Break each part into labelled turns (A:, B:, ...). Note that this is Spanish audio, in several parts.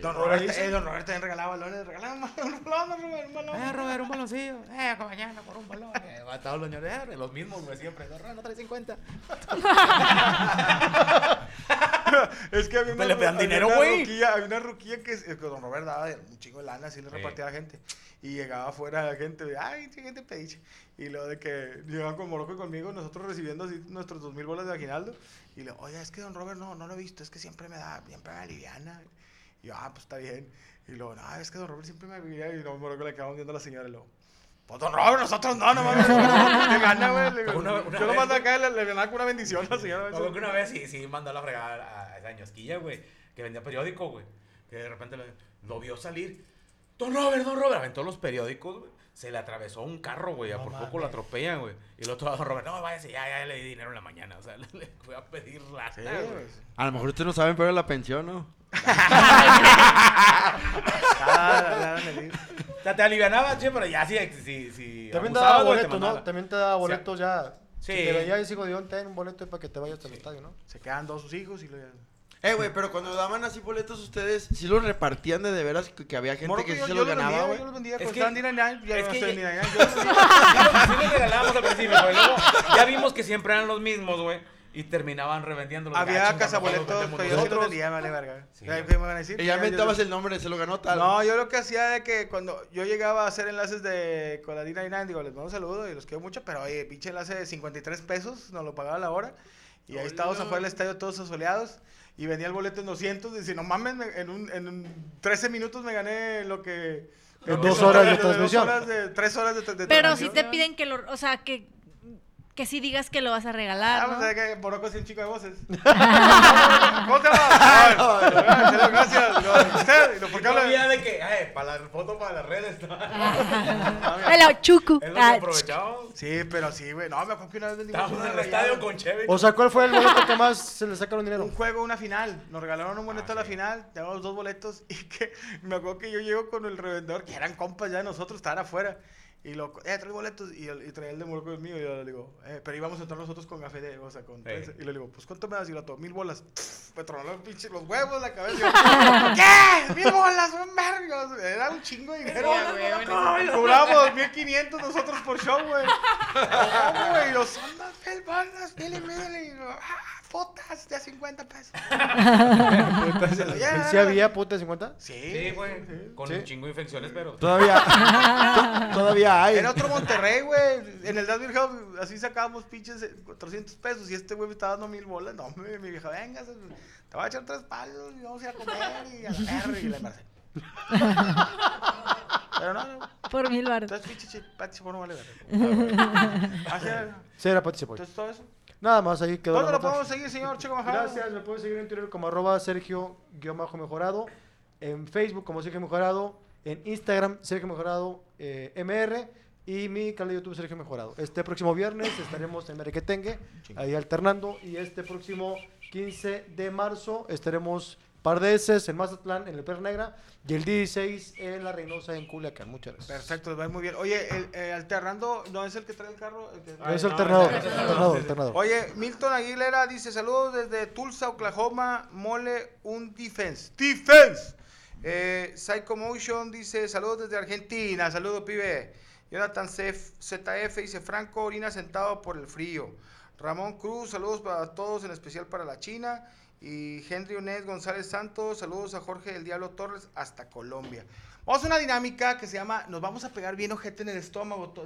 A: Don Robert, eh, don Robert también regalaba balones, regalaba Ah, un balón, Robert, un balón.
B: Eh, Robert, un baloncillo. Eh, mañana por un balón. Eh, va, todos los señores, eh, los mismos, güey, siempre. Don Robert, no trae 50.
A: es que había una,
B: Pues le pedían
A: había
B: dinero,
A: una
B: güey.
A: ruquilla, había una ruquilla que, es- que don Robert daba de un chingo de lana, así le repartía a la gente. Y llegaba afuera la gente, de, ay, siguiente pediche. Y lo de que llegaban con Morocco y conmigo, nosotros recibiendo así nuestros dos mil bolas de aguinaldo. Y le, oye, es que don Robert no, no lo he visto, es que siempre me da, siempre me da liviana. Y yo, ah, pues está bien. Y luego, no, es que don Robert siempre me vivía. Y luego Morocco le acabamos viendo a la señora y luego, pues don Robert, nosotros no, no mames, te gana, güey. Le digo,
B: Una- una
A: yo lo
B: vez-
A: mando acá, le, le ganaba con una bendición a la señora.
B: Me acuerdo que una vez sí, sí mandó a la fregada a esa ñosquilla, güey, que vendía periódico, güey. Que de repente lo, lo vio salir. Don Robert, don Robert, aventó los periódicos, güey. Se le atravesó un carro, güey. A por poco lo atropellan, güey. Y el otro don Robert, no, váyase, ya, ya le di dinero en la mañana. O sea, le, le fui a pedir lana,
A: Sí,
B: güey.
A: güey.
C: A lo mejor ustedes no saben, pero la pensión, ¿no?
B: O sea, te alivianaba, che, pero ya sí, sí, sí.
D: También te
B: abusabas,
D: daba
B: güey, te
D: boletos, ¿no?
B: mandaba.
D: También te daba boletos ya.
B: Sí.
D: Sí. Si te veía ese hijo de Dion, ten un boleto para que te vayas al estadio, ¿no?
A: Se quedan dos sus hijos y lo
C: Eh, güey, pero cuando daban así boletos ustedes, ¿sí los repartían de de veras que, que había gente
A: Morro,
C: que sí
A: yo-
C: se
A: yo
C: los ganaba,
A: vendía,
C: güey?
A: Yo los vendía,
B: Es
A: costaban
B: que-
A: dinero ya, ya
B: es
A: no
B: que-
A: sé, ni dinero, yo-
B: Sí los regalábamos al principio, pero luego ya vimos que siempre eran los mismos, güey. Y terminaban revendiéndolos.
C: Ah,
B: Ya,
A: Había
B: chinga,
A: cazaboletos,
B: nosotros
A: pero yo sí los
B: vendemos
A: vendía, me vale verga.
B: Sí.
A: Ya, ¿Qué me van a decir?
C: Y ya
A: Ya, yo-
C: inventabas el nombre, se lo ganó tal.
A: No, yo lo que hacía era que cuando yo llegaba a hacer enlaces de con la Dina Nine, digo, les mando un saludo y los quiero mucho, pero oye, pinche enlace de 53 pesos, nos lo pagaba la hora. Y ahí estábamos afuera del estadio todos asoleados y venía el boleto en 200. Y dice, no mames, me- en, un, en un 13 minutos me gané lo que.
D: En
A: lo
D: dos
A: que son
D: horas de
A: tres-
D: transmisión.
A: Dos horas de, tres horas de, tra- de
E: Pero si
A: transmisión.
E: te piden que lo, o sea, que, que sí digas que lo vas a
A: Ah,
E: regalar,
A: pues
E: ¿no?
A: es que Morocco es un chico de voces. ¿Cómo te llamas? Gracias, gracias. No, ¿Usted? ¿Y lo- ¿Por qué
B: Porque había
A: habla?
B: de que, eh, para la foto, para las redes, ¿no?
E: Hola, Chucu.
B: Es lo que
E: Ah,
B: aprovechábamos.
A: Sí, pero sí, güey. No, me acuerdo que una vez vendimos
B: Estábamos
A: una
B: en el
A: rayada.
B: estadio con Chevy.
D: O sea, ¿cuál fue el boleto que más se le sacaron dinero?
A: un juego, una final. Nos regalaron un boleto a la final, llevamos dos boletos y que me acuerdo que yo llego con el revendedor, que eran compas ya de nosotros, estaban afuera. Y lo, eh, tres boletos, y, el- y traía el de Morocco el mío, y yo le digo, eh, pero íbamos a entrar nosotros con café de, o sea, con prensa. Y le digo, pues, ¿cuánto me das? Y lo mil bolas. Pff, Me tronó el pinche, los huevos, la cabeza. Y yo, ¿Qué? Mil bolas, un vergas. Era un chingo de dinero, güey. Cobramos 2.500 nosotros por show, güey. No, Ah, güey, los andas, pel, balas, pele, pele. Y yo, ah, Fotas de a 50 pesos. Entonces, ya.
D: ¿Sí había puta de 50?
A: Sí,
B: Sí, güey. Con
D: Sí.
B: un chingo de infecciones, pero.
C: Todavía. Todavía hay.
A: Era otro Monterrey, güey. En el Dasville House, así sacábamos pinches eh, 400 pesos y este güey me estaba dando mil bolas. No, hombre, mi vieja, venga, se- te voy a echar tres palos y vamos a ir a comer y a la perra y la embarcé. Pero no, no.
E: Por mil baros.
A: Entonces, pinche chi- Pati Chapoy no vale verga. Así era.
D: Sí, era Pati Chapoy.
A: Ah, Entonces, todo eso.
D: Nada más, ahí quedó.
A: ¿Dónde
D: la
A: lo
D: nota.
A: podemos seguir, señor Chico Majado?
D: Gracias, me pueden seguir en Twitter como arroba Sergio-Mejorado, en Facebook como Sergio Mejorado, en Instagram Sergio Mejorado eh, MR y mi canal de YouTube Sergio Mejorado. Este próximo viernes estaremos en Merequetengue, ahí alternando, y este próximo 15 de marzo estaremos Par de S en Mazatlán, en el Perra Negra. Y el 16 en La Reynosa, en Culiacán. Muchas gracias.
A: Perfecto, va muy bien. Oye, el, eh, alternando, ¿no es el que trae el carro? El que-
B: Ah,
D: Es
B: no,
D: alternador,
B: no, no, no, no,
D: alternador,
B: no,
D: alternador.
A: Oye, Milton Aguilera dice saludos desde Tulsa, Oklahoma, mole un defense. Defense. Eh, Psycho Motion dice saludos desde Argentina, saludos pibe. Jonathan Cef- ZF dice Franco orina sentado por el frío. Ramón Cruz, saludos para todos, en especial para la China. Y Henry Unés González Santos, saludos a Jorge del Diablo Torres hasta Colombia. Vamos a una dinámica que se llama Nos vamos a pegar bien ojete en el estómago. to-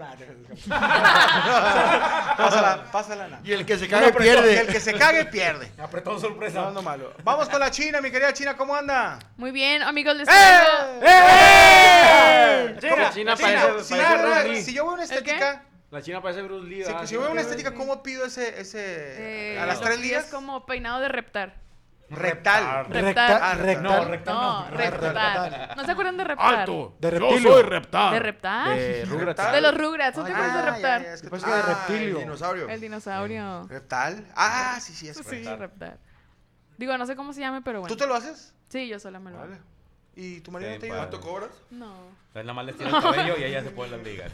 A: Ah, pásala, pásala. Ana.
C: Y el que se
A: No,
C: caga
A: pero
C: pierde.
A: El que se cague, pierde.
B: Apretón sorpresa.
A: No, no malo. Vamos con la China, mi querida China, ¿cómo anda?
F: Muy bien, amigos, les traigo-
A: ¡Eh!
B: ¡Eh!
G: China, China parece-
A: si,
G: parece
A: agarra-
G: Bruce Lee.
A: si yo veo una estética,
G: La China parece Bruce Lee.
A: si,
G: ¿verdad?
A: si yo veo una estética, ¿cómo pido ese, ese
F: eh,
A: a las
F: lo
A: tres
F: que
A: días?
F: es como peinado de reptar.
A: Rectal.
F: Reptar.
D: Recta,
A: Ah, rectal.
B: No,
D: rectal.
B: recta
F: No,
B: no.
F: reptar. ¿No se acuerdan de reptar?
D: De
B: Yo
D: reptilio.
B: soy reptar.
F: ¿De reptar?
B: De Rugrats.
F: De los Rugrats, ¿no te acuerdas de
A: Ah, ya,
F: reptar?
A: ya, es que-
D: Yo pensé Pues que de
A: ah,
D: reptilio.
C: El dinosaurio.
F: El dinosaurio.
A: ¿Reptal? Ah, sí, sí, es
F: Sí,
A: reptal.
F: reptar. Digo, no sé cómo se llame, pero bueno.
A: ¿Tú te lo haces?
F: Sí, yo sola me lo hago.
A: Vale. ¿Y tu marido
B: Sí,
A: no te
B: padre.
A: ayuda?
C: ¿Cuánto cobras?
F: No.
B: Nada más le tira el cabello y ella se pone las ligas.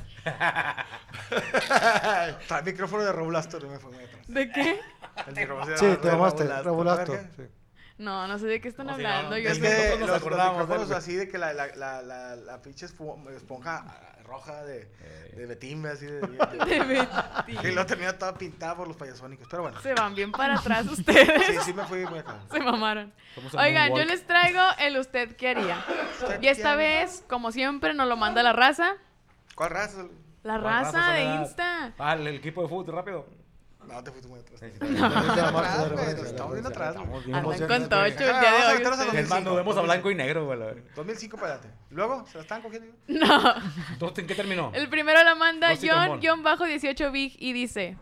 A: Está el micrófono de Roblasto, no me fue muy atrás.
F: ¿De qué?
A: El micrófono de
D: Sí, te
A: Roblasto,
D: amaste,
A: Roblasto.
D: Robolasto.
A: A ver, ¿qué?
F: No, no sé de qué están
B: No, sí,
F: hablando.
B: no,
F: yo
A: Es
F: no-
A: que
B: Nosotros
A: los,
B: nos
A: los
B: acordamos,
A: micrófonos
B: ¿verdad?
A: así de que la, la, la, la, la pinche espo- esponja ah, roja de,
B: Eh.
A: de Betimbe, así de...
F: De ver-
A: y lo termina toda pintada por los payasónicos, pero bueno.
F: Se van bien para atrás ustedes.
A: Sí, sí me fui muy acá.
F: Se mamaron.
B: Somos el
F: Oigan, yo
B: moonwalk.
F: les traigo el usted qué haría.
A: ¿Usted
F: Y esta
A: qué haría?
F: vez, como siempre, nos lo manda la raza.
A: ¿Cuál raza?
F: La
B: ¿Cuál raza,
F: raza de
B: Soledad?
F: Insta.
B: Ah, el equipo de fútbol, rápido.
A: No, te fuiste muy atrás.
D: Estamos
A: Atrás, güey, nos Estamos viendo atrás. güey.
B: Estamos bien
F: Andan
B: emocionados.
F: con Tocho el
A: Ajá,
F: día
A: vamos a
F: de
A: meternos a
F: hoy.
A: los-
F: ustedes.
B: Es más, nos vemos a blanco y negro, güey. la verga.
A: 2005 para adelante. Luego, ¿se la están cogiendo?
F: No.
B: Entonces, ¿en qué terminó?
F: El primero la manda
B: Rosy Trombón.
F: John-18Big y dice: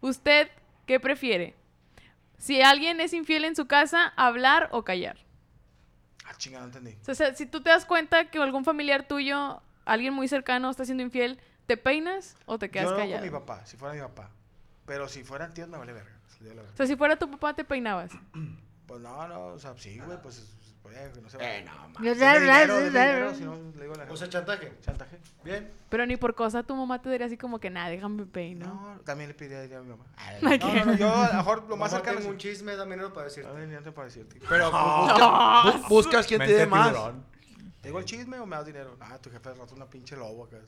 F: ¿Usted qué prefiere? Si alguien es infiel en su casa, hablar o callar.
A: Ah, chinga, no entendí.
F: O sea, si tú te das cuenta que algún familiar tuyo, alguien muy cercano, está siendo infiel, ¿te peinas o te
A: Yo
F: quedas
A: no con mi
F: callado?
A: papá, si fuera mi papá. Pero si fueran tíos me vale verga. se le dio la verga.
F: O sea, si fuera tu papá, te peinabas.
A: Pues no, no, o sea, sí, güey, pues, pues no se Eh, no,
E: Yo
A: mames.
E: sé,
A: Deme dinero, deme
E: sé, sé.
A: dinero, si no, le digo a la gente.
D: O sea, chantaje.
A: chantaje.
D: Bien.
F: Pero ni por cosa tu mamá te diría así como que nada, déjame peinar.
A: No, también le pediría dinero a mi mamá. No, no, no, yo a lo mejor lo más cercano.
D: tengo un
A: es-
D: chisme, dame dinero para
A: A
D: decirte.
A: ver, ya te para decirte. Ah.
C: Pero
A: pues,
C: bu- busca- bu- buscas quien te
B: Mente
C: dé más.
B: tiburón.
A: ¿Te digo el chisme o me das dinero? Ah, tu jefe de rato una pinche lobo acá.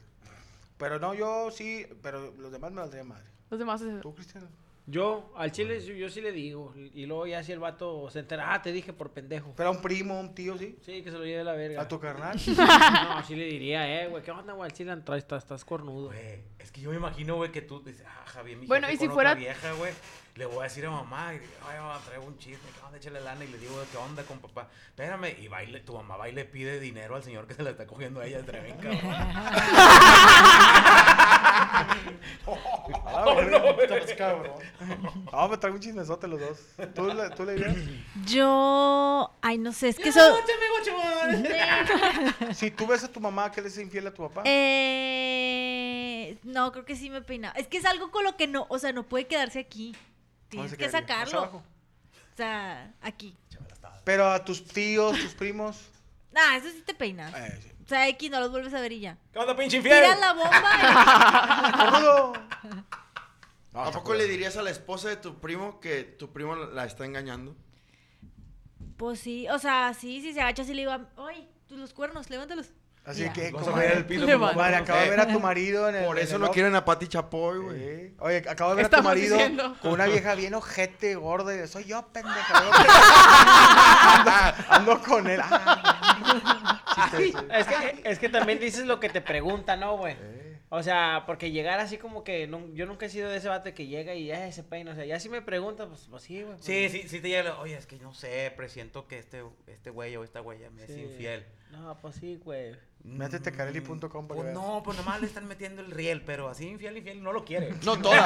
A: Pero no, yo sí, pero los demás me valdría madre.
F: Los demás es-
A: ¿Tú, Cristiano?
G: Yo, al chile, yo, yo sí le digo. Y luego ya si el vato se entera, ah, te dije por pendejo.
A: Pero a un primo, a un tío, sí.
G: Sí, que se lo lleve la verga.
A: A tu carnal.
G: No, sí le diría, eh, güey, ¿qué onda, güey? Al chile, tra- estás, estás cornudo.
B: Güey, es que yo me imagino, güey, que tú dices, ah, Javier, mi
F: Bueno,
B: jefe
F: y si
B: con
F: fuera-
B: otra vieja, güey, le voy a decir a mamá, y, ay, mamá, traigo un chisme, ¿qué onda? Échale lana, y le digo, ¿qué onda con papá? Espérame, y baile, tu mamá va y le pide dinero al señor que se la está cogiendo a ella, entre bien, cabrón. Oh, no, güey.
D: cabrón.
A: No, me traigo un chismesote los dos. ¿Tú, le- tú le dirías?
E: Yo. Ay, no sé, es que eso.
A: Si tú ves a tu mamá que le es infiel a tu papá.
E: Eh, no, creo que sí me peinaba. Es que es algo con lo que no, o sea, no puede quedarse aquí. Tienes
A: se
E: que
A: quedaría? ¿Más
E: sacarlo.
A: abajo?
E: O sea, aquí.
A: Pero a tus tíos, tus primos.
E: Ah, eso sí te peinas.
A: Eh, sí.
E: O sea, X no los vuelves a ver y ya.
B: ¿Qué onda, pinche infiel?
E: Tiras la bomba
A: ¡Cornudo! No,
C: ¿A
A: está
C: poco
A: culero.
C: le dirías a la esposa de tu primo que tu primo la la está engañando?
E: y... Pues sí, o sea, sí, si se agacha así le digo, ay, tú los cuernos, levántalos.
A: Así
E: Ya.
A: que,
B: Vamos a
A: comadre,
B: ver el piso,
F: Le
B: como-
F: van.
A: comadre, acabo de ver a tu marido en el.
C: Eh, Por
A: en
C: eso
A: el
C: no
A: op-
C: quieren a Pati Chapoy, güey.
A: Sí. Oye, acabo de ver a
F: Estamos
A: tu marido
F: diciendo.
A: con una vieja bien ojete, gorda, y soy yo, pendeja. ando, ando con él. Ah,
G: Es que, es que también dices lo que te preguntan, ¿no, güey?
A: Eh.
G: O sea, porque llegar así como que nun- yo nunca he sido de ese vato que llega y ya se peina. O sea, ya si me preguntas, pues, pues sí, güey. pues,
B: Sí, sí, sí te llega, oye, es que no sé, presiento que este, este güey o esta güey me
G: sí.
B: es infiel.
G: No, pues sí, güey.
A: Métete a careli.com para que
B: Pues
A: veas.
B: no, pues nomás le están metiendo el riel, pero así infiel, infiel, no lo quiere.
C: No toda.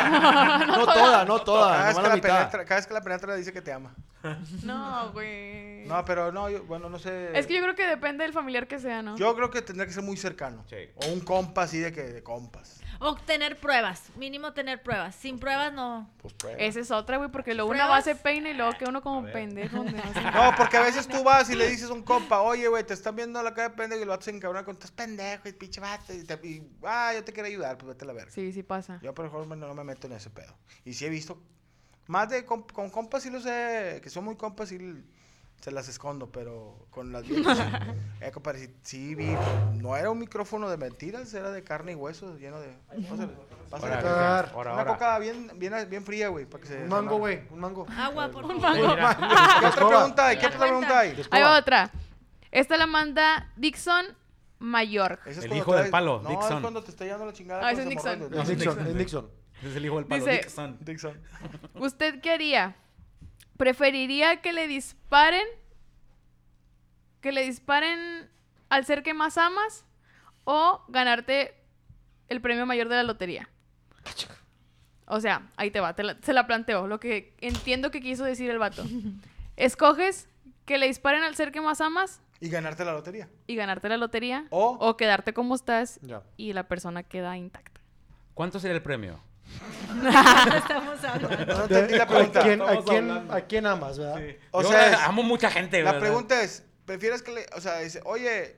C: No toda, no
A: Cada
C: toda.
A: vez,
C: nomás
A: que
C: la
A: la
C: mitad.
A: penetra, cada vez que la penetra dice que te ama.
F: No, güey.
A: No, pero no, yo, bueno, no sé.
F: Es que yo creo que depende del familiar que sea, ¿no?
A: Yo creo que tendría que ser muy cercano.
B: Sí.
A: O un compa así de que de compas.
E: O tener pruebas, mínimo tener pruebas. Sin pruebas no.
C: Pues prueba.
F: Esa es otra, güey, porque luego una
E: ¿Pruebas?
F: va a se peina y luego que uno como pendejo. me hace-
A: No, porque a veces tú vas y le dices a un compa, oye, güey, te están viendo la cara de pendejo y el vato se encabrona con, estás pendejo y pinche vato. Y, te- y, ah, yo te quiero ayudar, pues vete a la verga.
F: Sí, sí pasa.
A: Yo, por favor, no me meto en ese pedo. Y sí he visto, más de comp- con compas sí los he, que son muy compas sí l- se las escondo, pero con las viejas sí. Eh, compadre, sí, sí vi, no era un micrófono de mentiras, era de carne y huesos, lleno de... pásale, pásale.
D: Órale, Cristian,
B: ahora,
A: Una
B: ahora.
A: coca bien, bien, bien fría, güey, para que se...
D: Un mango, güey. Un mango.
E: Agua, por favor.
A: ¿Qué otra
D: Escoba.
A: pregunta hay? ¿Qué
E: La
A: otra
E: cuenta.
A: pregunta hay?
F: Hay otra. Esta la manda Dixon Mayor.
A: Ese
B: El
A: cuando
B: hijo
A: te-
B: del palo,
A: no, es
B: Dixon.
A: cuando te está llevando la chingada.
F: Ah, ese
A: con
F: es
A: los
F: Nixon.
A: hemorroides.
D: Es
B: No,
D: Nixon,
B: Nixon,
D: es
B: güey.
D: Nixon.
B: Es el hijo del palo
F: Dice-
B: Dixon.
A: Dixon.
F: ¿Usted qué haría? ¿Preferiría que le disparen? ¿Que le disparen al ser que más amas? ¿O ganarte el premio mayor de la lotería? O sea, ahí te va, te la- se la planteo, lo que entiendo que quiso decir el vato. Escoges que le disparen al ser que más amas
A: Y ganarte la lotería.
F: y ganarte la lotería
A: O-
F: quedarte como estás
D: Ya.
F: y la persona queda intacta.
B: ¿Cuánto sería el premio?
E: Estamos hablando.
A: No entendí la pregunta.
D: ¿A quién, a,
B: Estamos
D: quién,
B: hablando.
D: ¿A quién amas, verdad?
A: O
B: Yo
A: sea,
B: eh,
A: es-
B: amo mucha gente,
A: La
B: ¿verdad?
A: pregunta es, ¿prefieres que le... O sea, dice, oye...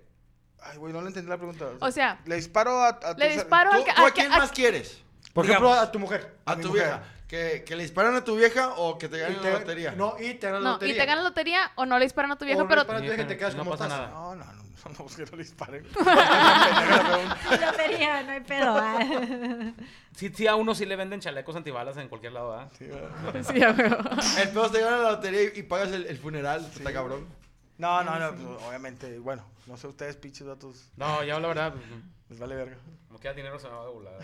A: Ay, güey, no le entendí la pregunta.
F: O sea,
A: le disparo a... a
F: le
A: tu-
F: disparo
C: ¿Tú,
F: al que-
C: tú
F: al
C: a
F: que-
C: quién
F: al-
C: más quieres?
D: Por ejemplo, a tu mujer.
C: ¿A
A: mi
C: tu
A: mujer.
C: vieja? ¿Que, ¿Que le disparan a tu vieja o que te ganen la lotería?
D: No, y te ganan la
F: No,
D: lotería.
F: y te ganan la lotería o no le disparan a tu vieja,
D: no
F: pero
D: le disparan. Deja que te quedas
B: no
D: como
B: pasa
D: estás.
B: nada.
A: No, no, no, no, no, que no le disparen.
E: Lotería, no hay pedo. ¿verdad?
B: Sí, sí, a uno sí le venden chalecos antibalas en cualquier lado, ¿verdad?
F: Sí, a huevo.
C: El peor es te ganan la lotería y, y pagas el, el funeral. Está cabrón.
A: No, no, no, pues, obviamente, bueno, no sé ustedes, pinches datos,
B: No, yo la verdad, pues,
A: les vale verga.
B: como queda dinero se me va a volar.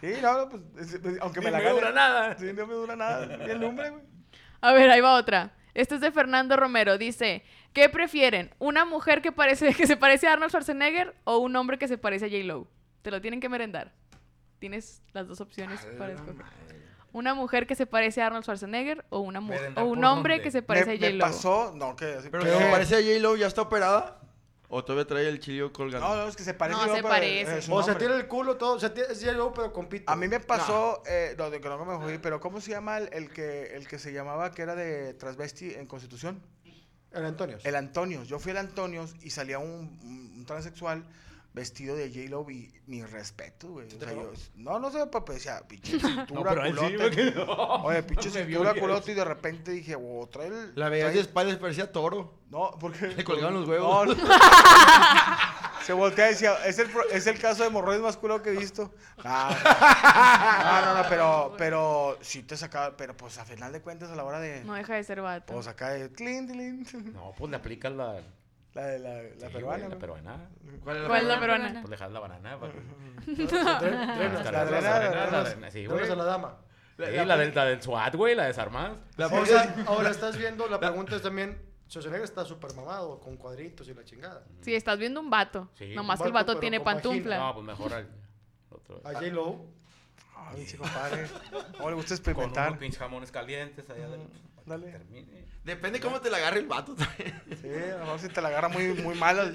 A: Sí, no, no, pues, es- pues, aunque me la gane.
B: nada.
A: Sí, no me dura nada. Y el lumbre, güey.
F: A ver, ahí va otra. Esta es de Fernando Romero. Dice, ¿qué prefieren? ¿Una mujer que, parece, que se parece a Arnold Schwarzenegger o un hombre que se parece a J-Lo? Te lo tienen que merendar. Tienes las dos opciones
A: Ah,
F: para escoger. Una mujer que se parece a Arnold Schwarzenegger o, una mu-
B: Merendar
F: o un
B: por
F: hombre
B: dónde?
F: que se
A: Me,
F: parece a
A: me
F: J-Lo.
A: pasó, no, que así.
C: Pero
A: que-
C: si se parece a J-Lo, ¿ya está operada? ¿O todavía trae el chillo colgando?
A: No, no, es que se parece.
F: No,
A: yo,
F: se
A: pero,
F: parece.
A: eh, su
D: O sea,
A: nombre.
D: tiene el culo todo. O sea, tiene- es yellow, pero con pito.
A: A mí me pasó, eh, no, de que no me jodí, pero ¿cómo se llama el, el que, el que se llamaba, que era de transvesti en Constitución?
D: El Antonio.
A: El Antonios. Yo fui al Antonios y salía un, un- un transexual vestido de J-Lo y mi respeto, güey. O sea, yo- no, no sé, papá, pues, decía, pinche
B: No,
A: cintura,
B: pero él sí,
A: culote.
B: güey, que no.
A: Oye, pinche
B: Me vio
A: cintura,
B: bien.
A: culote, y de repente dije, wow, trae el...
C: La veías
A: trae-
C: de espaldas y parecía toro.
A: No, porque...
C: Le colgaban los huevos.
A: No, no. Se voltea y decía, es el, pro- es el caso de hemorroides más culo que he visto. Ah, no, no, no, pero, pero sí te sacaba, pero pues a final de cuentas a la hora de...
F: No deja de ser vato.
A: Pues acá de... clin, tilín,
B: No, pues le aplicas la, la
A: La de la, la peruana.
B: La
A: ¿no?
B: peruana.
F: ¿Cuál es la peruana?
B: Pues le jalas la banana. para que-
D: Drenas,
B: Hasta
A: la
B: las-
A: adrenal,
B: las adrenal,
A: la
B: la adrenal, sí, güey.
D: drenas a la dama.
B: Sí, la del- la del SWAT, güey, la desarmás.
D: La
C: La
D: pausa, ahora estás viendo, la pregunta es también, Schwarzenegger está súper mamado, con cuadritos y la chingada.
A: Mm.
F: Sí, estás viendo un vato.
B: Sí.
F: Nomás
D: Un
F: que el
D: vato,
F: vato
D: pero
F: tiene
D: con
F: pantufla.
B: No, pues mejor al otro.
D: A J-Lo,
A: Ay, chico, padre. ¿Cómo le gusta
B: Con
A: experimentar?
B: unos pinches jamones calientes allá del- para que
A: dale.
B: termine.
C: Depende cómo te la agarre el vato también.
A: Sí, a lo mejor si te la agarra muy, muy mala,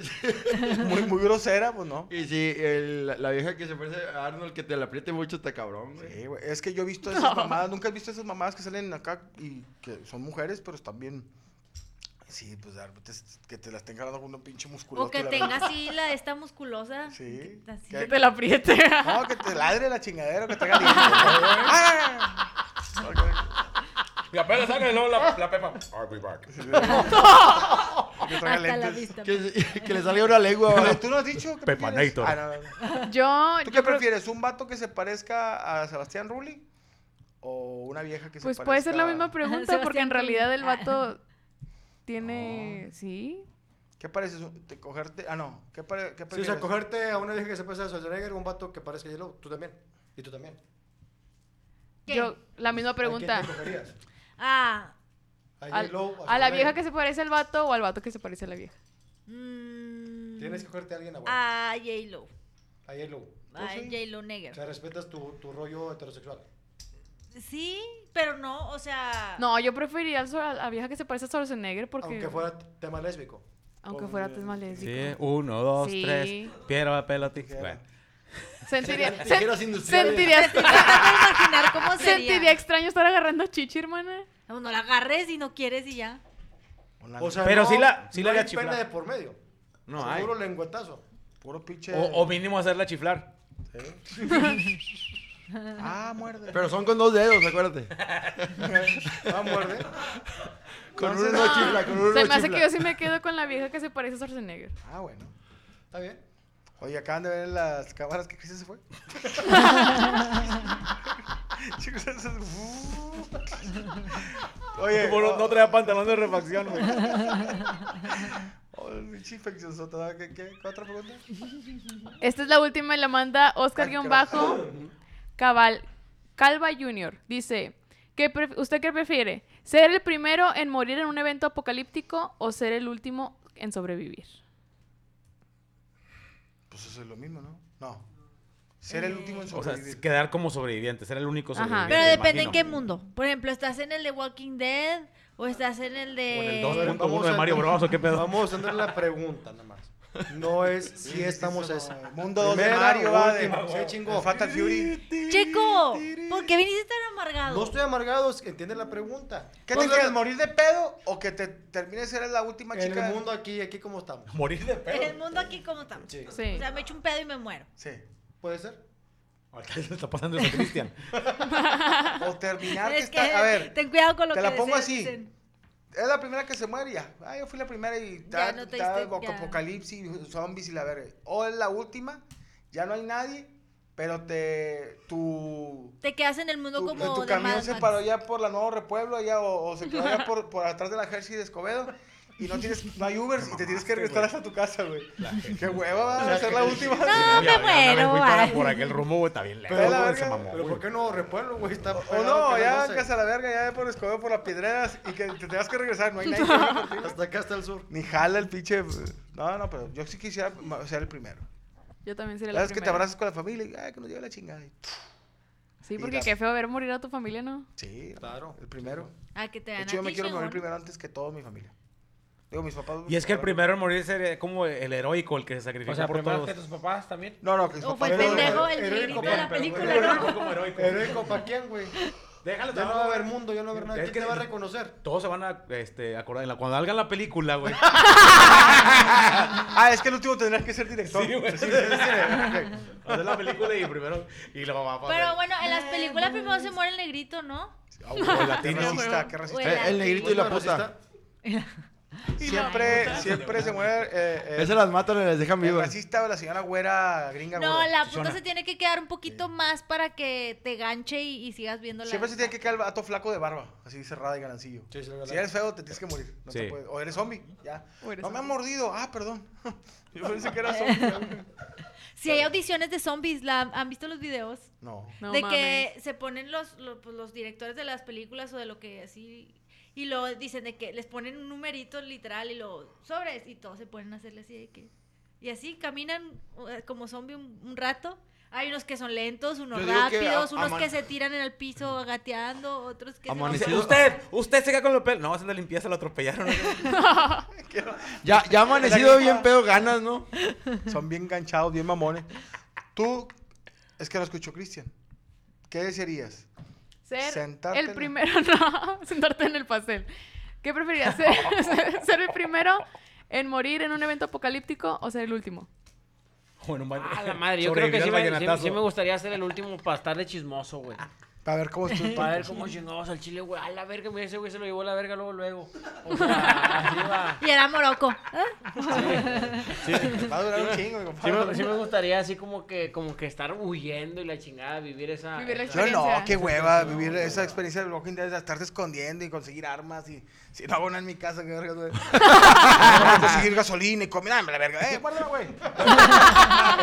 A: muy, muy grosera, pues no.
C: Y si el- la vieja que se parece a Arnold, que te la apriete mucho, está cabrón, güey.
A: Sí, güey. Es que yo he visto esas mamadas, nunca he visto esas mamadas que salen acá y que son mujeres, pero están bien. Sí, pues de repente es- que te las estén jalando con una pinche musculosa.
E: O que tenga así la de esta musculosa.
A: Sí.
E: que- así.
F: Que te la apriete.
A: No, que te ladre la chingadera, que te haga dientes, güey. ¡Ah!
B: Y apenas saca y luego la, la pepa. I'll be back.
A: Que traiga
E: Hasta la
A: lentes.
E: vista. pues.
C: Que, se- que le salga una lengua.
A: Pero
C: güey.
A: tú no has dicho Ah, que
B: Pepanator.
F: Yo,
A: ¿Tú
F: yo
A: qué
F: creo-
A: prefieres? ¿Un vato que se parezca a Sebastián Rulli? ¿O una vieja que se
F: Pues
A: parezca
F: puede ser la misma pregunta, porque
E: Sebastián
F: en realidad el
E: Piñera.
F: vato tiene. ¿Sí?
A: ¿Qué pareces? Un- te- cogerte? Ah, no. ¿Qué, pare-
D: sí,
A: qué
D: o sea,
A: prefieres?
D: cogerte a una vieja que se parece a Schwarzenegger, un vato que parezca a J-Lo, tú también, y tú también.
E: ¿Qué?
F: Yo, la misma
D: ¿A
F: pregunta.
D: quién te cogerías?
E: Ah.
D: ¿A
F: Al-
D: J-Lo?
F: ¿A la vieja que se parece al vato o al vato que se parece a la vieja?
E: mm,
D: Tienes que cogerte a alguien,
A: Ah.
D: abuelo,
E: A Ah, J-Lo.
D: a J-Lo.
E: A
A: sí.
E: J-Lo
D: O
E: Neger.
D: sea, respetas tu, tu rollo heterosexual.
E: Sí, pero no, o sea.
F: No, yo preferiría al- a la vieja que se parece a Schwarzenegger porque.
D: Aunque fuera tema lésbico.
F: Aunque fuera antes más le
B: Sí, uno, dos,
F: Sí.
B: tres. Piedra, papel o tijera. Bueno.
F: Sentiría,
C: Tijeras
F: sen-
C: industriales.
F: sentiría,
E: imaginar cómo sería.
F: sentiría extraño estar agarrando chichi, hermana.
E: No, no la agarres y no quieres y ya.
D: O sea,
B: Pero
D: no-
B: sí la- sí
D: no
B: la
D: hay
B: haría chiflar.
D: pena de por medio.
B: No hay.
D: Seguro lengüetazo.
A: Puro pinche.
B: O, o mínimo hacerla chiflar.
A: Ah, muerde.
C: Pero son con dos dedos, acuérdate.
D: Ah, muerde.
C: Con
A: Entonces,
C: uno no chifla, con uno
F: Se
C: no
F: me hace que
C: chifla.
F: yo sí me quedo con la vieja que se parece a Schwarzenegger.
A: Ah, bueno.
D: Está bien.
A: Oye, acaban de ver en las cámaras que Cristian se fue. Chicos, eso uh. es... Oye,
B: Como no, no traía pantalón de refacción, güey.
A: oh, oh, pinche infeccionzote, ¿verdad? ¿Qué, qué? ¿Qué otra pregunta?
F: Esta es la última y la manda Oscar-Bajo Cabal Calva Jr. Dice, ¿qué pref- ¿usted qué prefiere? ¿Ser el primero en morir en un evento apocalíptico o ser el último en sobrevivir?
A: Pues eso es lo mismo, ¿no? No. Ser el último en
B: O sea, es
A: sobrevivir.
B: quedar como sobreviviente, ser el único
F: Ajá.
B: sobreviviente.
E: Pero
B: me
E: depende en
B: imagino.
E: qué mundo. Por ejemplo, ¿estás en el de Walking Dead o estás en el
B: O en el
E: de.
B: 2.1
D: Vamos
B: de
D: a-
B: Mario Bros. ¿o qué pedo?
D: Vamos a entender la pregunta, nada más. No es si estamos a esa.
A: Mundo 2 de
D: Primera
A: Mario,
D: o
A: va,
D: última,
A: de,
D: se chingó.
A: Fatal Fury.
E: Checo, ¿por qué viniste tan amargado?
D: No estoy amargado, es que entiende la pregunta.
A: ¿Qué te quieres, morir de pedo o que te termines de ser la última
D: En
A: chica?
D: el mundo aquí, aquí como estamos.
B: Morir de
E: En
B: pedo.
E: el mundo aquí, ¿cómo estamos?
D: Sí.
F: Sí.
E: O sea, me echo un pedo y me muero.
A: Sí.
D: ¿Puede ser?
B: Ahorita le está pasando eso a Cristian.
A: O terminar que
E: Es que,
A: está... A ver,
E: ten cuidado con lo
A: te
E: que
A: la pongo
E: deseas,
A: así.
E: dicen.
A: es la primera que se muere y ya. Ah, yo fui la primera y
E: Ya
A: está
E: no te
A: está
E: diste- ya.
A: apocalipsis, zombies y la verga. O es la última, ya no hay nadie, pero te... Tu...
E: Te quedas en el mundo
A: tu,
E: como.
A: tu
E: de
A: camión
E: Mad
A: se
E: Max.
A: paró ya por la Nuevo Repueblo allá, o, o se quedó allá por, por atrás de la Hershey de Escobedo y no tienes no hay Uber y te tienes que regresar hasta tu casa, güey. Qué hueva va a ser la última.
E: No, me
B: Ya, ya me
E: muero,
B: fui para-
E: vale.
B: por aquel rumbo, güey, está bien lejos.
A: Pero la
B: güey,
A: verga,
B: se mamó,
D: Pero
B: güey.
D: ¿por qué no repueblo, güey? Está
A: O
D: pegado
A: no,
D: que
A: ya
D: sé.
A: casa a la verga, ya por Escobedo por las piedreras y que te tengas que regresar, no hay nadie. que venga por ti.
D: Hasta acá hasta el sur.
A: Ni jala el pinche. pues, No, no, pero yo sí quisiera ma- ser el primero.
F: Yo también sería
A: La
F: la
A: vez que te
F: primera.
A: abrazas con la familia y ay, que nos lleve la chingada. y, pff,
F: Sí,
A: y
F: porque
A: la-
F: qué feo ver morir a tu familia, ¿no?
A: Sí, claro. El primero.
E: Ah, que te
A: De
E: dan
A: hecho, yo
E: a
A: me
E: ti,
A: quiero morir
E: chingón.
A: primero antes que toda mi familia. Digo, mis papás.
B: Y es que el
A: primero
B: primero en morir sería como el heroico, el que se sacrifica
G: O sea,
B: por
G: primero
B: todos.
G: que tus papás también.
A: No, no, que mis
E: O Oh, fue
A: papás.
E: el
D: Pero-
E: pendejo, el
D: pero-
E: negrito de
D: pero-
E: la
B: Pero-
E: película,
B: pero
E: ¿no?
B: heroico como heroico.
D: Heroico, ¿para quién, güey?
B: Déjalo
D: Ya no va a haber mundo, ya no va a haber nada.
B: Es
D: ¿Quién
B: que-
D: te va a reconocer?
B: Todos se van a este, acordar. en la- Cuando salga la película, güey.
A: Ah, es que el último tendrás que ser director.
B: Sí, güey.
A: Sí, sí, sí, ok.
B: Hacer la película y primero. Y luego va a pasar.
E: Pero bueno, en las películas primero se muere el negrito, ¿no?
B: oh,
A: Ah, güey, el latino.
B: Qué
A: racista, qué
E: O
A: racista.
C: Eh, el negrito y la
D: Bueno,
C: puta.
A: Siempre, siempre se muere eh, eh,
C: Esas las matan y las dejan
A: el
C: vivas.
A: racista o la señora güera gringa.
E: No,
A: güey.
E: la
B: chichona.
E: puta se tiene que quedar un poquito más para que te ganche y, y sigas viendo la.
A: Siempre se tiene que quedar el vato flaco de barba, así cerrada y ganancillo.
D: Sí, sí, la verdad.
A: si eres feo, te tienes que morir. No
B: Sí.
A: te puedes- O eres zombie, ya.
F: O eres
A: no me han mordido. Ah, perdón. Yo pensé que
E: Eh.
A: era zombie.
E: Si hay audiciones de zombies, la, ¿han visto los videos?
A: no.
F: No
E: de
F: mames.
E: que se ponen los, lo- pues, los, directores de las películas o de lo que así. Y lo dicen de que les ponen un numerito literal y lo sobres. Y todos se ponen a hacerle así de que. Y así caminan eh, como zombie un, un rato. Hay unos que son lentos, unos
C: Yo digo que
E: rápidos,
C: a-
E: unos
C: aman-
E: que se tiran en el piso gateando, otros que se-
C: Amanece-
B: Dice, Usted, usted se queda con los pelos. No, haciendo limpieza lo atropellaron.
C: Ya, ya
A: La
C: amanecido
A: gripa.
C: bien pedo ganas, ¿no?
A: Son bien enganchados, bien mamones. Tú, es que no escucho Cristian. ¿Qué desearías?
F: Ser
A: Sentarte en
F: el
A: el-
F: primero, no, sentarte en el pastel. ¿Qué preferirías ser? ¿Ser el primero en morir en un evento apocalíptico o ser el último?
B: O en un baño.
G: A Ah, la madre, yo creo que sí
B: Sobrevivir al
G: me, sí-
B: vallenatazo.
G: sí me gustaría ser el último para estar de chismoso, güey.
A: Para ver cómo estoy.
G: Para ver cómo chingados al chile, güey. A la verga, güey, Pues ese güey se lo llevó a la verga luego, luego. O sea, así va.
E: Y era Morocco.
A: Va a durar un chingo,
G: Sí
A: compadre.
G: me, sí me gustaría así como que, como que estar huyendo y la chingada, vivir esa...
F: Vivir la
G: esa-
A: Yo no,
F: experiencia.
A: qué hueva vivir esa experiencia del Walking Dead, de estarte escondiendo y conseguir armas y si no hago nada en mi casa, qué verga, güey. conseguir gasolina y comida, dame la verga, eh, guárdala, güey.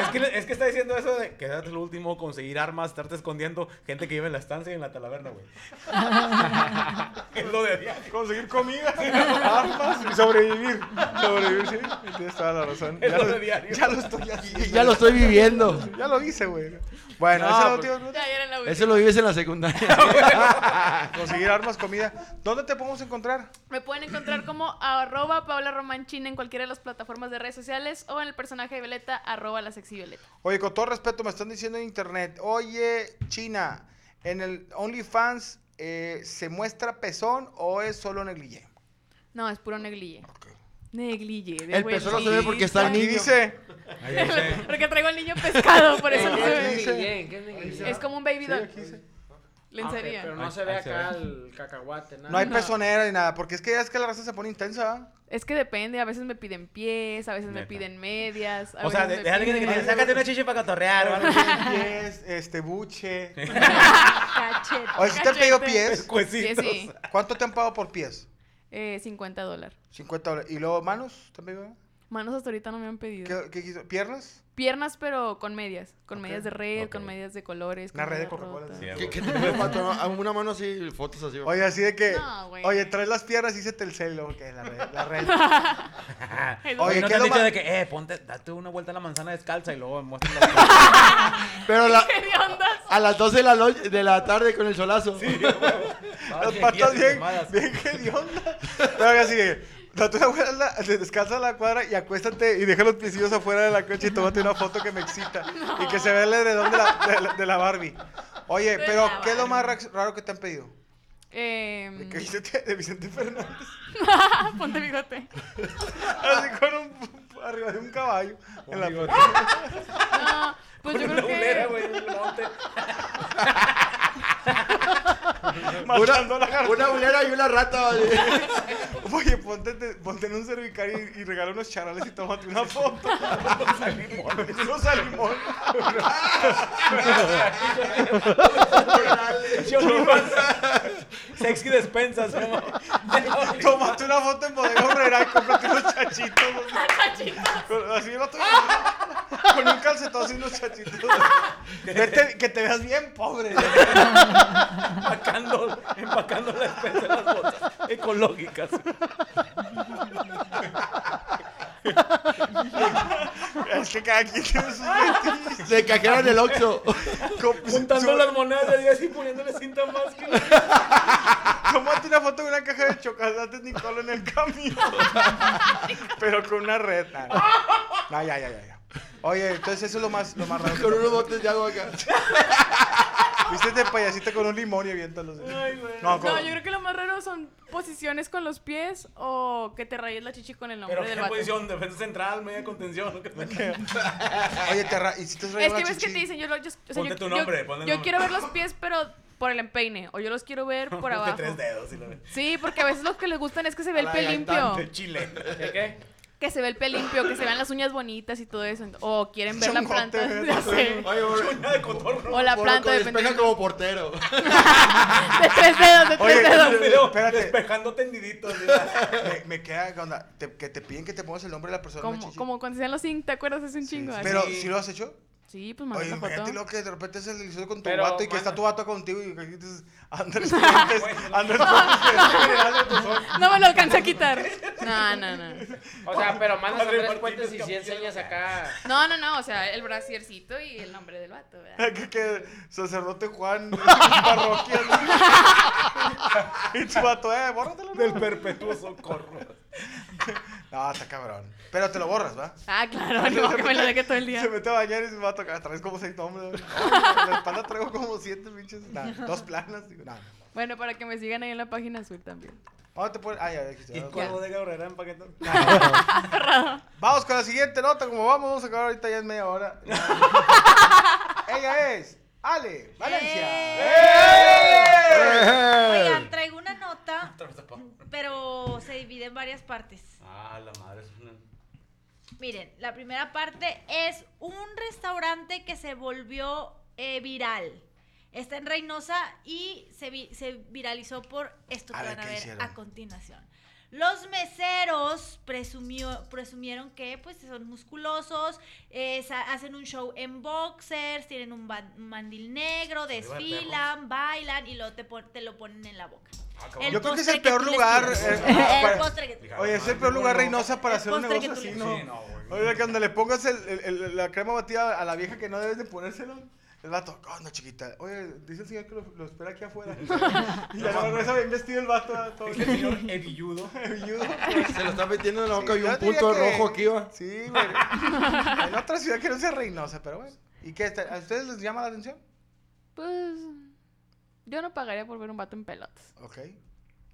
B: es, que, es que está diciendo eso de quedarte el último, conseguir armas, estarte escondiendo gente que vive en la estancia y en la talaverna, güey. es lo de
A: Conseguir comida, armas y sobrevivir. Sobrevivir, sí. Tienes toda la razón.
B: Es
A: Ya
B: lo
A: lo,
B: de diario.
A: ya lo estoy haciendo.
C: Ya lo estoy viviendo.
A: Ya lo hice, güey. Bueno,
G: No,
A: ese es
G: pues-
A: el último-
F: Ya, ya era la
C: Eso
F: última. Ah,
C: lo vives en la secundaria.
A: Conseguir armas, comida. ¿Dónde te podemos encontrar?
F: Me pueden encontrar como arroba Paula Romanchina en cualquiera de las plataformas de redes sociales o en el personaje de Violeta, arroba la sexy Violeta.
A: Oye, con todo respeto, me están diciendo en internet. Oye, China, ¿en el OnlyFans eh, se muestra pezón o es solo negligé?
F: No, es puro neglige. Neglige. de
C: El pezón no se ve
F: huevito.
C: porque está el
A: Aquí
C: niño.
A: dice.
B: Ahí dice.
F: Porque traigo al niño pescado, por eso no se ve.
G: Es
F: Es como un baby doll. Lencería.
G: Pero
B: Ahí-
G: no se ve
B: ahí se
G: acá
B: ve.
G: el cacahuate, nada.
A: No hay
F: No.
A: pezonera ni nada, porque es que ya es que la raza se pone intensa. ¿verdad?
F: Es que depende, a veces me piden pies, a veces me
B: Neta.
F: piden medias. a
B: O sea,
F: veces me
B: de- déjale que te
F: piden-
B: que- sácate una chicha para cotorrear o algo.
A: Pies, este, buche.
E: Cachete.
A: Oye, si te han pedido
F: Cachete.
A: pies,
F: Pues Sí,
B: Huesitos.
F: sí.
A: ¿cuánto te han pagado por pies?
F: Eh, 50 dólares.
A: 50 dólares. ¿Y luego manos? ¿Te han pedido?
F: Manos hasta ahorita no me han pedido.
A: ¿Qué, qué quiso? ¿Piernas?
F: Piernas, pero con medias. Con medias de red,
B: ok.
F: con medias de colores.
A: Una
F: con
A: red de
F: medias
A: Coca-Cola,
F: rotas.
B: Sí, a
C: ¿Qué,
B: huevo.
C: qué te fue, pato? No, Ah, Una mano así, fotos así.
A: Oye, así de que.
F: No, güey.
A: oye, traes las piernas y se te el celo. Que la red. La red.
B: Oye,
A: Oye,
B: ¿no
A: ¿qué
B: te
A: es
B: han
A: lo
B: dicho
A: más-
B: de que, eh, ponte, date una vuelta a la manzana descalza y luego muestras la
C: Pero la-
F: ¿Qué de ondas?
C: a las 12 de la, noche- de la tarde con el solazo.
A: Las patas bien. Bien hediondas. Pero oye, así de. Date una vuelta, la- descansa en la cuadra y acuéstate y deja los piecillos afuera de la coche y tómate una foto que me excita. Y que se vea el edredón de la, de la, de la Barbie. Oye, pero
E: la
A: ¿qué es lo más ra- raro que te han pedido?
F: Em, pues,
A: De, que Vicente, de Vicente Fernández.
F: ponte bigote.
A: Así con un. arriba de un caballo. En la
F: No, pues yo creo que...
A: matando a la garza.
C: Una bulera y una rata. vale.
A: Oye, ponte, te- ponte en un cervical y, y regala unos charales y tómate una foto. Unos salimones.
B: Sexy despensas, ¿no?
A: Tómate una foto en Bodega Herrera y cómprate unos chachitos. Con- Así lo tomo- Con un calcetón así unos chachitos. Vete- que te veas bien pobre.
B: empacando, empacando la despensa en las bolsas ecológicas.
A: Es que cada quien tiene sus vestidos.
C: Se cajeron el oxo.
B: Juntando
A: Su-
B: las monedas de 10 y poniéndole cinta más que
A: Tómate una foto de una caja de chocolates Nicolo en el camino. Pero con una red. nah, nah. No, ya, ya, ya, ya. Oye, entonces eso es lo más, lo más raro. que
C: Con
A: te-
C: unos botes de agua acá.
A: Viste de payasita con un limón y aviéntalo. Ay, güey. No, con-
F: No, yo creo que lo más raro son posiciones con los pies o que te rayes la chichi con el nombre
B: Pero
F: del
B: qué
F: vato.
B: posición, defensa central, media contención.
A: Oye, te ra... ¿y si te has
F: Es
A: rayado
F: que
A: la
F: ves que
A: chichi?
F: te dicen, yo, lo- yo- o sea,
B: Ponte
F: yo-
B: tu
F: yo-
B: nombre, ponle el
F: yo
B: nombre.
F: quiero ver los pies, pero por el empeine. O yo los quiero ver por abajo.
B: tres dedos y la ve.
F: Sí, porque a veces lo que les gustan es que se ve el
C: la
F: pie limpio.
B: De Chile.
G: ¿De qué?
F: Que se ve el pie limpio, que se vean las uñas bonitas y todo eso. O quieren ver la
A: Chongote,
F: planta.
A: ¿verdad?
F: ya sé.
C: Oye, por-
B: Una de cotorro.
F: O la
C: por-
F: planta,
C: con despeja
F: dependiendo.
C: como portero.
F: De tres dedos, de
A: Oye,
F: tres dedos.
B: Un video
A: Espérate.
B: despejando tendidito. así, ¿verdad?
A: Me, me queda, ¿qué onda? Te- que te piden que te pongas el nombre de la persona. en la
F: Como,
A: chichi.
F: como cuando se hacían los zinc, ¿te acuerdas? Es un chingo. así.
A: Pero, si lo has hecho?
F: Sí, pues
A: Oye,
F: mandé la
A: imagínate
F: foto.
A: lo que de repente se deslizó con tu
G: Pero,
A: vato y que
G: mano.
A: está tu vato contigo y que dices, Andrés Fuentes, Andrés Fuentes,
F: No me lo alcancé a quitar. No, no, no.
G: O sea, pero mandas a
B: Padre
G: tres
B: Martínez
G: puentes y si
B: Campillo.
G: enseñas acá.
F: No, no, no. O sea, el brasiercito y el nombre del vato, ¿verdad?
A: que, que sacerdote Juan, parroquia. ¿no? y tu vato, eh, bórratelo.
B: Del
A: Del
B: perpetuo socorro.
A: No, está cabrón. Pero te lo borras, ¿va?
F: Ah, claro, no, que me lo deje todo el día.
A: Se mete a bañar y se va a tocar. Traes como seis nombres. Ay, en la espalda traigo como siete pinches. nah, dos planas. Digo, nada.
F: Bueno, para que me sigan ahí en la página azul también.
A: ¿Dónde te pones? Ah, ya, ya dijiste,
B: Y
A: ¿verdad?
B: con bodega horrera empaquetón.
A: Vamos con la siguiente nota. Como vamos, vamos a acabar ahorita ya en media hora. Ella es Ale Valencia.
E: ¡Eh!
A: ¡Eh!
E: Oigan, traigo una nota, pero se divide en varias partes.
B: Ah, la madre es una.
E: Miren, la primera parte es un restaurante que se volvió eh, viral. Está en Reynosa y se, vi- se viralizó por esto
A: A
E: que
A: ver,
E: van a
A: Ah, ¿qué
E: ver
A: hicieron?
E: a continuación. Los meseros presumió, presumieron que pues son musculosos, eh, sa- hacen un show en boxers, tienen un, ban- un mandil negro,
B: Arriba de
E: desfilan, bailan y luego te, pon- te lo ponen en la boca. El
A: Yo creo que es el
E: postre
A: peor
E: tú les
A: lugar.
E: pides.
A: eh,
E: El
A: para-
E: postre que-
A: Oye, es el peor lugar Reynosa para hacer un
E: postre que
A: negocio así,
E: tú le-
A: ¿no?
B: Sí, no, güey.
A: Oye, cuando le pongas el- el- el- la crema batida a la vieja que no debes de ponérselo, el vato, ¿qué onda, chiquita? Oye, dice el señor que lo, lo espera aquí afuera. y ya no regresa bien vestido el vato. Todo
B: El señor Evilludo.
A: velludo.
C: Se lo está metiendo en la boca
A: Sí,
C: y
A: yo
C: un
A: diría
C: punto
A: que-
C: rojo aquí va.
A: Sí, güey. En otra ciudad que no sea Reynosa, pero bueno. ¿Y qué? ¿A ustedes les llama la atención?
F: Pues. Yo no pagaría por ver un vato en pelotas.
A: Ok.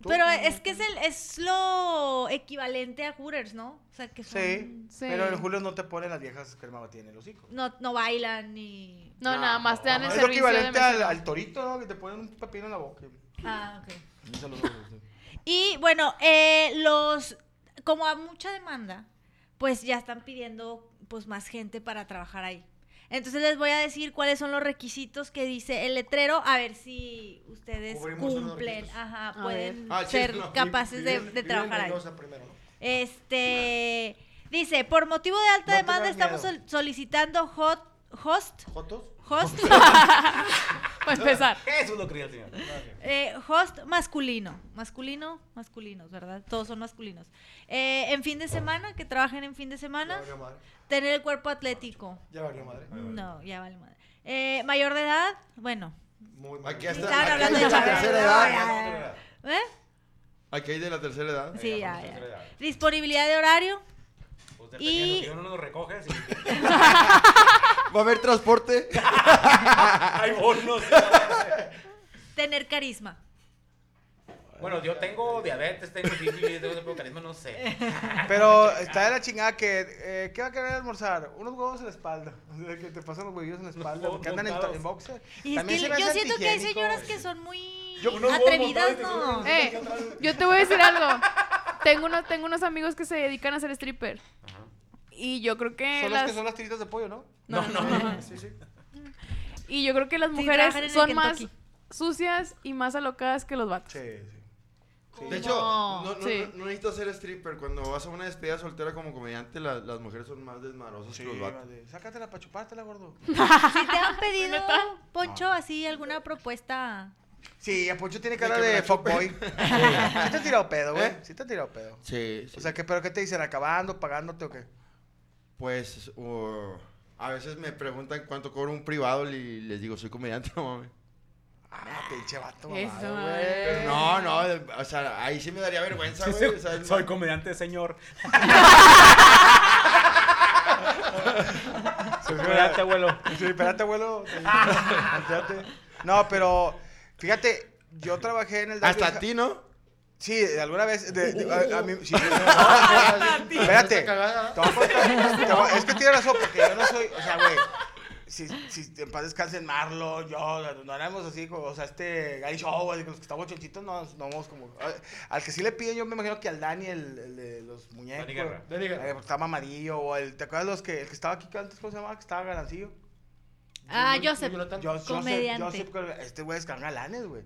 A: ¿Tú?
E: Pero es que es, el, es lo equivalente a Hooters, ¿no? O sea, que son-
A: Sí,
F: Sí.
A: pero en Julio no te ponen las viejas crema batida en el hocico.
E: No, no bailan ni...
F: No,
B: No,
F: nada más te dan el
A: Es lo
F: servicio de
A: equivalente al,
F: mesero.
A: al torito, ¿no? Que te ponen un pepino en la boca.
E: Ah, ok.
A: Un saludo.
E: Y bueno, eh, los como hay mucha demanda, pues ya están pidiendo pues más gente para trabajar ahí. Entonces les voy a decir cuáles son los requisitos que dice el letrero, a ver si ustedes
D: Cubrimos todos los
E: cumplen,
D: requisitos.
E: ajá,
F: A
E: pueden
C: Ah, sí,
E: ser
C: no,
E: capaces
D: Vive
E: de,
D: en-
E: de
D: vive en
E: trabajar ahí.
D: Mendoza primero, ¿no?
E: Este dice, por motivo de alta
A: No
E: demanda
A: tengan
E: estamos
A: miedo.
E: sol- solicitando hot, host,
D: ¿Jotos?
E: host,
F: Para empezar.
B: Jesús lo cría el señor.
E: Eh, host masculino. Masculino, masculinos, ¿verdad? Todos son masculinos. Eh, en fin de semana, que trabajen en fin de
D: Ya
E: semana.
D: valió madre.
E: Tener el cuerpo atlético.
D: Ya valió madre.
E: No, ya vale madre. Eh, mayor de edad, bueno.
D: Muy mal.
C: Aquí está.
E: Estaban
C: Aquí hay
E: hablando
C: de la
E: de Chabelo.
C: tercera
E: Ya,
C: edad.
E: ya, ya. ¿Eh?
C: Aquí hay de la tercera edad.
E: Sí, ya,
B: vamos a hacer
E: ya.
B: edad.
E: Disponibilidad de horario.
B: Usted
E: Y-
B: pequeño, Pues si uno no lo recoge, sí.
C: ¿Va a haber transporte?
B: hay bonos.
E: Tener carisma.
B: bueno, yo tengo diabetes, tengo sífilis, tengo hipocarismo, no sé.
A: Pero está de la chingada que. eh, ¿Qué va a querer almorzar? Unos huevos en la espalda. O sea, que te pasan los huevillos en la espalda.
B: huevos
A: que andan en, to-
B: montados.
A: en boxer.
E: Y es
A: También
E: que
A: se me
E: yo
A: hace
E: siento que hay
A: antihigiénico.
E: señoras que son muy
B: Yo- unos huevos
E: atrevidas,
B: montados
E: ¿no?
B: y te-
F: Eh, yo te voy a decir algo. Tengo unos, tengo unos amigos que se dedican a ser stripper. Y yo creo que,
A: Son las
F: las,
A: que son las tiritas de pollo, ¿no?
B: No, no.
D: Sí, sí.
F: y yo creo que las
E: Sí,
F: mujeres
E: trabajan en el
F: son más
E: Kentucky.
F: sucias y más alocadas que los vatos.
A: Sí, sí.
C: De hecho, no, no,
F: Sí.
C: no- no necesitas ser stripper. Cuando vas a una despedida soltera como comediante, la- las mujeres son más desmarosas que los vatos.
A: vale. Sácatela para chupártela, gordo.
E: Si te han pedido, Poncho, así alguna propuesta.
A: Sí, a Poncho tiene
C: De
A: cara
C: que me
A: de
C: la chupe.
A: fuckboy. Sí, sí te ha tirado pedo, güey.
C: ¿Eh?
A: Sí te ha tirado pedo.
C: Sí, Eh, sí.
A: O sea, que, ¿pero qué te dicen? ¿Acabando, pagándote o qué?
C: Pues o- a veces me preguntan cuánto cobro un privado y les digo, soy comediante, no mames.
A: Ah, pinche vato,
F: Eso,
A: mamado,
F: madre.
A: güey.
C: Pero no, no, de- o sea, ahí sí me daría vergüenza, güey. o sea, el-
B: Soy comediante, señor.
G: Espérate, abuelo.
A: Sí, espérate, abuelo. Sí, espérate. No, pero fíjate, yo trabajé en el
C: Hasta
A: Dalby-
C: a ti, ¿no?
A: Sí, de alguna vez. de- de- a, a mí, sí, no, espérate. te voy a contar- te voy a- es que tiene razón, porque yo no soy. O sea, güey. Si, si en paz descansen Marlo, yo, no éramos así, como, o sea, este Gary Show, así, con los que estamos chonchitos, no, no vamos como. a- al que sí le piden, yo me imagino que al Dani, el, el de los muñecos.
B: Dani Guerra.
D: Dani Guerra.
A: eh, porque estaba mamadillo, o el. ¿Te acuerdas los que, el que estaba aquí que antes, ¿cómo se llamaba? Que estaba galancillo.
E: Ah, Joseph.
D: Jonathan.
A: Yo- Joseph-
E: Comediante.
A: Joseph Colbert. este güey es galanes, güey.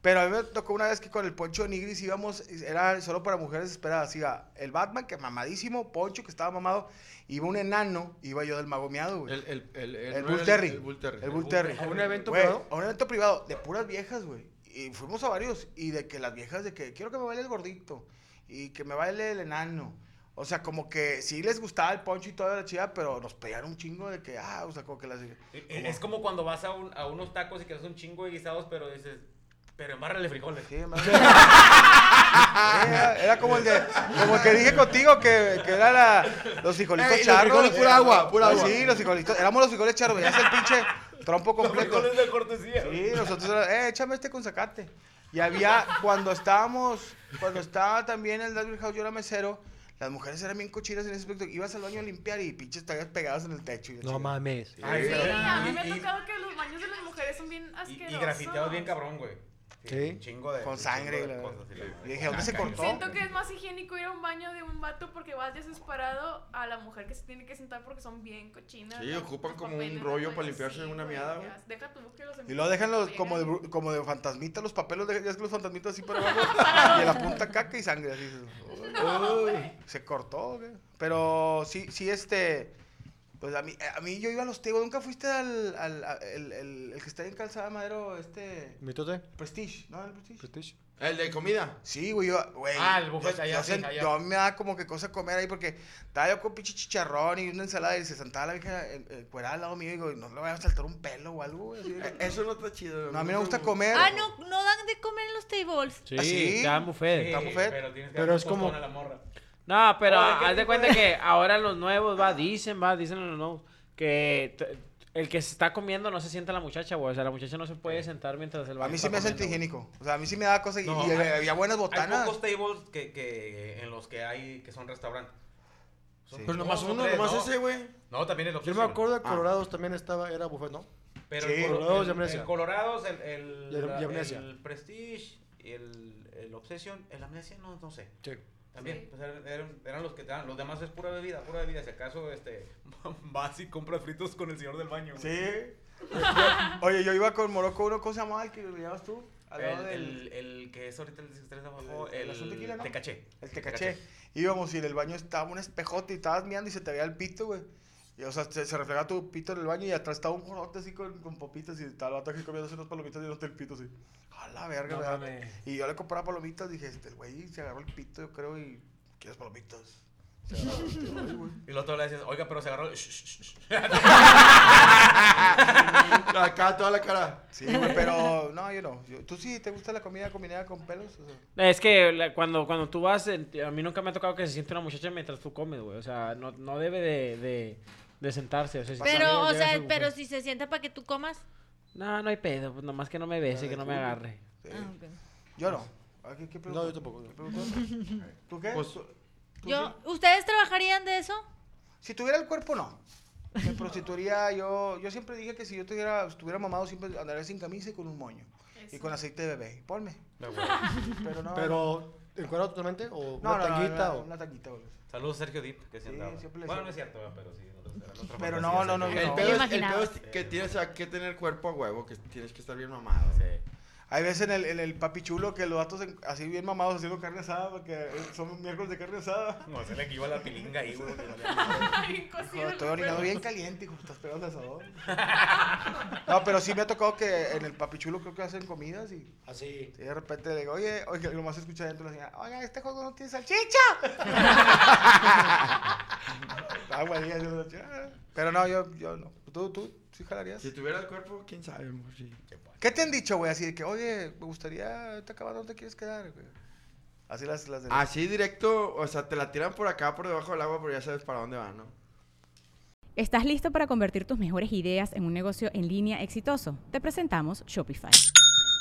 A: Pero a mí me tocó una vez que con el Poncho de Nigris íbamos, era solo para mujeres esperadas, iba el Batman, que mamadísimo, Poncho, que estaba mamado, iba un enano, iba yo del mago miado, güey.
C: El, el, el,
A: Pues, El,
C: no,
A: Bull Terry.
C: El Bull Terry.
A: El Bull Terry.
D: ¿A un evento
A: Güey,
D: privado?
A: A un evento privado, de puras viejas, güey. Y fuimos a varios, y de que las viejas, de que quiero que me baile el gordito, y que me baile el enano. O sea, como que sí les gustaba el Poncho y toda la chida, pero nos pegaron un chingo de que, ah, o sea, como que las...
B: Eh, eh, Es como cuando vas a, un- a unos tacos y que haces un chingo de guisados, pero dices, pero embárrale frijoles.
A: Sí, más bien. era, era como el de, como el que dije contigo que, que era la, los frijolitos
C: Ey, los
A: charros. Pues
C: frijoles pura agua, pura agua.
A: Sí, los frijolitos, éramos los frijoles charros, veías el pinche trompo completo.
B: Frijoles de cortesía.
A: Sí, nosotros era, eh, échame este con zacate. Y había, cuando estábamos, cuando estaba también el Dasby House, yo era mesero, las mujeres eran bien cochinas en ese aspecto. Ibas al baño a limpiar y pinches tallas pegadas en el techo. y la
D: No
A: chingada.
D: mames.
B: Ay,
F: Sí,
B: pero-
F: a mí
B: y-
F: me ha
B: y-
F: tocado que los baños de las mujeres son bien
B: Y,
F: asquerosos.
B: y grafiteados bien cabrón, güey.
D: Sí.
B: Un chingo de.
A: Con
B: un
A: sangre
B: chingo
A: y
B: de
A: la-
B: cosas y la-
A: Y dije, ¿dónde se
B: Caca,
A: cortó?
F: Siento que es más higiénico ir a un baño de un vato porque vas desesperado a la mujer que se tiene que sentar porque son bien cochinas.
C: Sí,
F: las-
C: ocupan
F: los
C: como un
F: papeles,
C: rollo
F: los
C: para
F: baños,
C: limpiarse una
F: güey,
C: miada,
F: ya.
C: güey.
F: Deja tú que los
A: Y luego dejan los,
F: empiecen
A: como, de,
F: llegar.
A: bru- como de fantasmita los papeles, de, ya es que los fantasmitas así para abajo. y en la punta caca y sangre. Así, dices, "Uy, se cortó. ¿o qué?". Pero sí, sí, este. Pues a mí, a mí yo iba a los Tegos. ¿Nunca fuiste al, al a- el, el- el que está en Calzada Madero, este...
D: ¿Mitote?
A: Prestige, ¿no? El Prestige. Eh,
D: ¿Prestige?
C: El de comida.
A: Sí, güey, yo, güey.
B: Ah, el buffet
A: yo-
B: allá,
A: yo
B: sí,
A: hacen-
B: allá.
A: yo me da como que cosa comer ahí porque estaba yo con pinche chicharrón y una ensalada y se sentaba la vieja eh, eh, cuerada al lado mío y digo, no le voy a saltar un pelo o algo, güey. así de
C: Eh,
A: que-
C: Eso no está chido.
A: No, a mí me gusta comer.
E: Ah, no, no dan de comer en los tables.
G: Sí,
A: ¿Ah, sí?
G: te dan buffet.
A: ¿Está buffet?
B: Pero tienes que
D: Pero
B: dar un
D: es como-
B: costón a la morra.
G: No, pero
B: Oye, ¿qué
G: haz de
B: tipo
G: cuenta
B: de-
G: que ahora los nuevos, va, dicen, va, dicen los nuevos, que t- el que se está comiendo no se sienta la muchacha, güey. O sea, la muchacha no se puede sentar mientras el
A: A
G: vato
A: mí sí
G: está
A: me hace
G: comiendo, güey.
A: antihigiénico. O sea, a mí sí me da cosa y,
B: No,
A: y
B: hay-
A: había buenas
B: Hay
A: botanas.
B: pocos tables que, que en los que hay que son restaurantes. Son
A: Sí. Ah,
C: Pero nomás
B: dos o
C: uno,
B: tres,
C: nomás
B: no.
C: ese, güey.
B: No, también el
D: Yo
B: Obsession.
D: me acuerdo de Colorados también estaba, era buffet, ¿no?
B: Pero
A: Sí.
B: el, Colo-
D: Colorados
B: el-
D: y Amnesia.
B: el Colorados, el, el,
D: Y el- y
B: la-
D: Amnesia.
B: el Prestige, el, el Obsession, el Amnesia, no, no sé.
D: Sí.
B: También, pues, eran, eran- eran los que te daban. Los demás es pura bebida, pura bebida. Si acaso, este, vas y compras fritos con el señor del baño. güey.
A: Sí. Oye, yo iba con Morocco uno, ¿cómo se llamaba el que lo llevabas tú? Al
B: El,
A: lado del-
B: el- el que es ahorita el 16 de abajo,
A: El- el
B: el,
A: azul tequila, ¿no?
B: Tecaché.
A: El tecaché. Íbamos y en el baño estaba un espejote y estabas mirando y se te veía el pito, güey. Y, o sea, se, se reflejaba tu pito en el baño y atrás estaba un jorote así con, con popitas y estaba el vato aquí comiendo unas palomitas y no el pito así. A la verga,
G: No
A: ¿verdad?
G: mames.
A: Y yo le compraba palomitas, dije, este, el güey se agarró el pito, yo creo, y ¿quieres palomitas? Se agarró el pito, ay, güey.
B: Y luego tú le dices, oiga, pero se agarró. el- shh, shh, shh, shh".
C: Acá toda la cara.
A: Sí, güey, pero no, yo no. Yo- ¿Tú sí te gusta la comida combinada con pelos? O sea,
G: Es que la- cuando, cuando tú vas, eh, a mí nunca me ha tocado que se siente una muchacha mientras tú comes, güey. O sea, no, no debe de, de, de sentarse. O sea, si
E: Pero,
G: llega-
E: o
G: llega a
E: sea,
G: su
E: pero
G: buffet.
E: si se sienta para que tú comas.
G: No, no hay pedo, pues nomás que no me bese,
A: Ah,
G: que no me
A: culo.
G: agarre.
A: sí.
E: Ah, ok.
A: Yo no. ¿A qué- qué preguntó?
D: No, yo tampoco.
A: ¿Qué preguntó? ¿Tú qué?
C: Pues,
A: ¿Tú- tú
E: Yo, ¿Ustedes trabajarían de eso?
A: sí? Si tuviera el cuerpo, no. Me prostituiría, yo, yo siempre dije que si yo tuviera, estuviera mamado, siempre andaría sin camisa y con un moño. Y con aceite de bebé. Ponme.
B: No, güey.
A: Pero no.
D: ¿Pero encuadrado totalmente? ¿O
A: no,
D: una
A: no, no,
D: tanguita?
A: no,
D: o-
A: Una tanguita, güey.
B: Saludos, Sergio Deep, que se
A: Sí,
B: andaba.
A: siempre le
B: Bueno,
A: decía-
B: no es cierto, ¿verdad? pero sí. era otra
A: Pero
B: fantasía,
A: no, no, no, yo
B: Sergio
C: El,
A: no.
C: pedo
A: Yo
C: es, el
E: imaginaba.
C: pedo es que tienes a- que tener cuerpo a huevo, que tienes que estar bien mamado.
A: Hay veces en el, en el papi chulo que los datos así bien mamados haciendo carne asada, porque eh, son miércoles de carne asada.
B: No, se le equivocó la pilinga ahí, güey. que valía
A: Hijo, estoy orinando bien caliente, hijo, estás pegando el asador. No, pero sí me ha tocado que en el papichulo creo que hacen comidas y,
D: Así.
A: y de repente le digo, oye, oye, nomás escucha dentro la señora, oiga, este juego no tiene salchicha. Ah, güey, ya, yo, ya. pero no, yo, yo no. ¿Tú, tú, sí jalarías?
C: Si tuviera el cuerpo, quién sabe, amor, sí.
A: ¿Qué te han dicho, güey? Así de que, oye, me gustaría, te acabando, ¿dónde te quieres quedar, güey? Así las, las de...
C: Así directo, o sea, te la tiran por acá, por debajo del agua, pero ya sabes para dónde va, ¿no?
H: ¿Estás listo para convertir tus mejores ideas en un negocio en línea exitoso? Te presentamos Shopify.